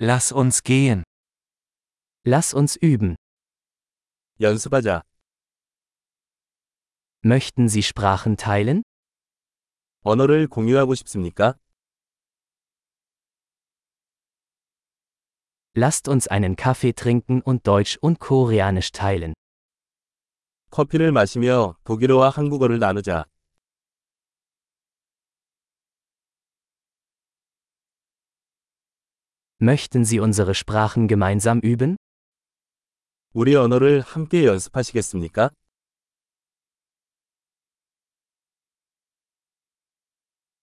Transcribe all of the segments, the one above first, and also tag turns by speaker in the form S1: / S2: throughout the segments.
S1: Lass uns gehen.
S2: Lass uns üben.
S3: 연습하자.
S2: Möchten Sie Sprachen teilen?
S3: 언어를 공유하고 싶습니까?
S2: Lasst uns einen Kaffee trinken und Deutsch und Koreanisch teilen.
S3: 커피를 마시며 독일어와 한국어를 나누자.
S2: Möchten Sie unsere Sprachen gemeinsam üben?
S3: 우리 언어를 함께 연습하시겠습니까?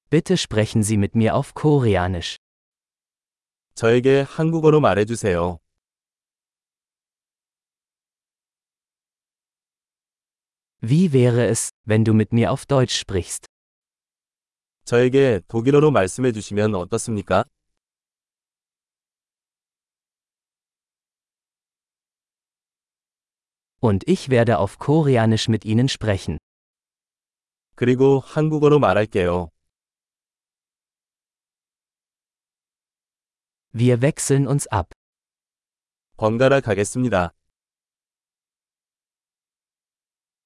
S2: Bitte sprechen Sie mit mir auf Koreanisch.
S3: 저에게 한국어로 말해주세요.
S2: Wie wäre es, wenn du mit mir auf Deutsch sprichst?
S3: 저에게 독일어로 말씀해 주시면 어떻습니까?
S2: Und ich werde auf Koreanisch mit Ihnen sprechen.
S3: 그리고 한국어로 말할게요.
S2: Wir wechseln uns ab.
S3: 번갈아 가겠습니다.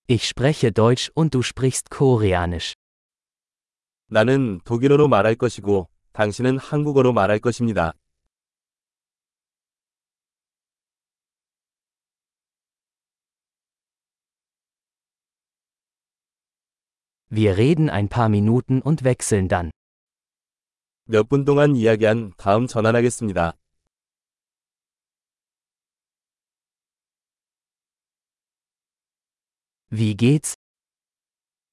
S2: Ich spreche Deutsch und du sprichst Koreanisch.
S3: 나는 독일어로 말할 것이고, 당신은 한국어로 말할 것입니다.
S2: Wir reden ein paar Minuten und wechseln dann.
S3: 몇 분 동안 이야기한 다음 전환하겠습니다.
S2: Wie geht's?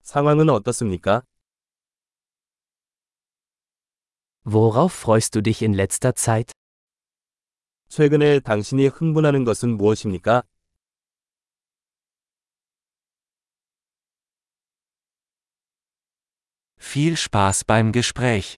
S3: 상황은 어떻습니까?
S2: Worauf freust du dich in letzter Zeit?
S3: 최근에 당신이 흥분하는 것은 무엇입니까?
S1: Viel Spaß beim Gespräch.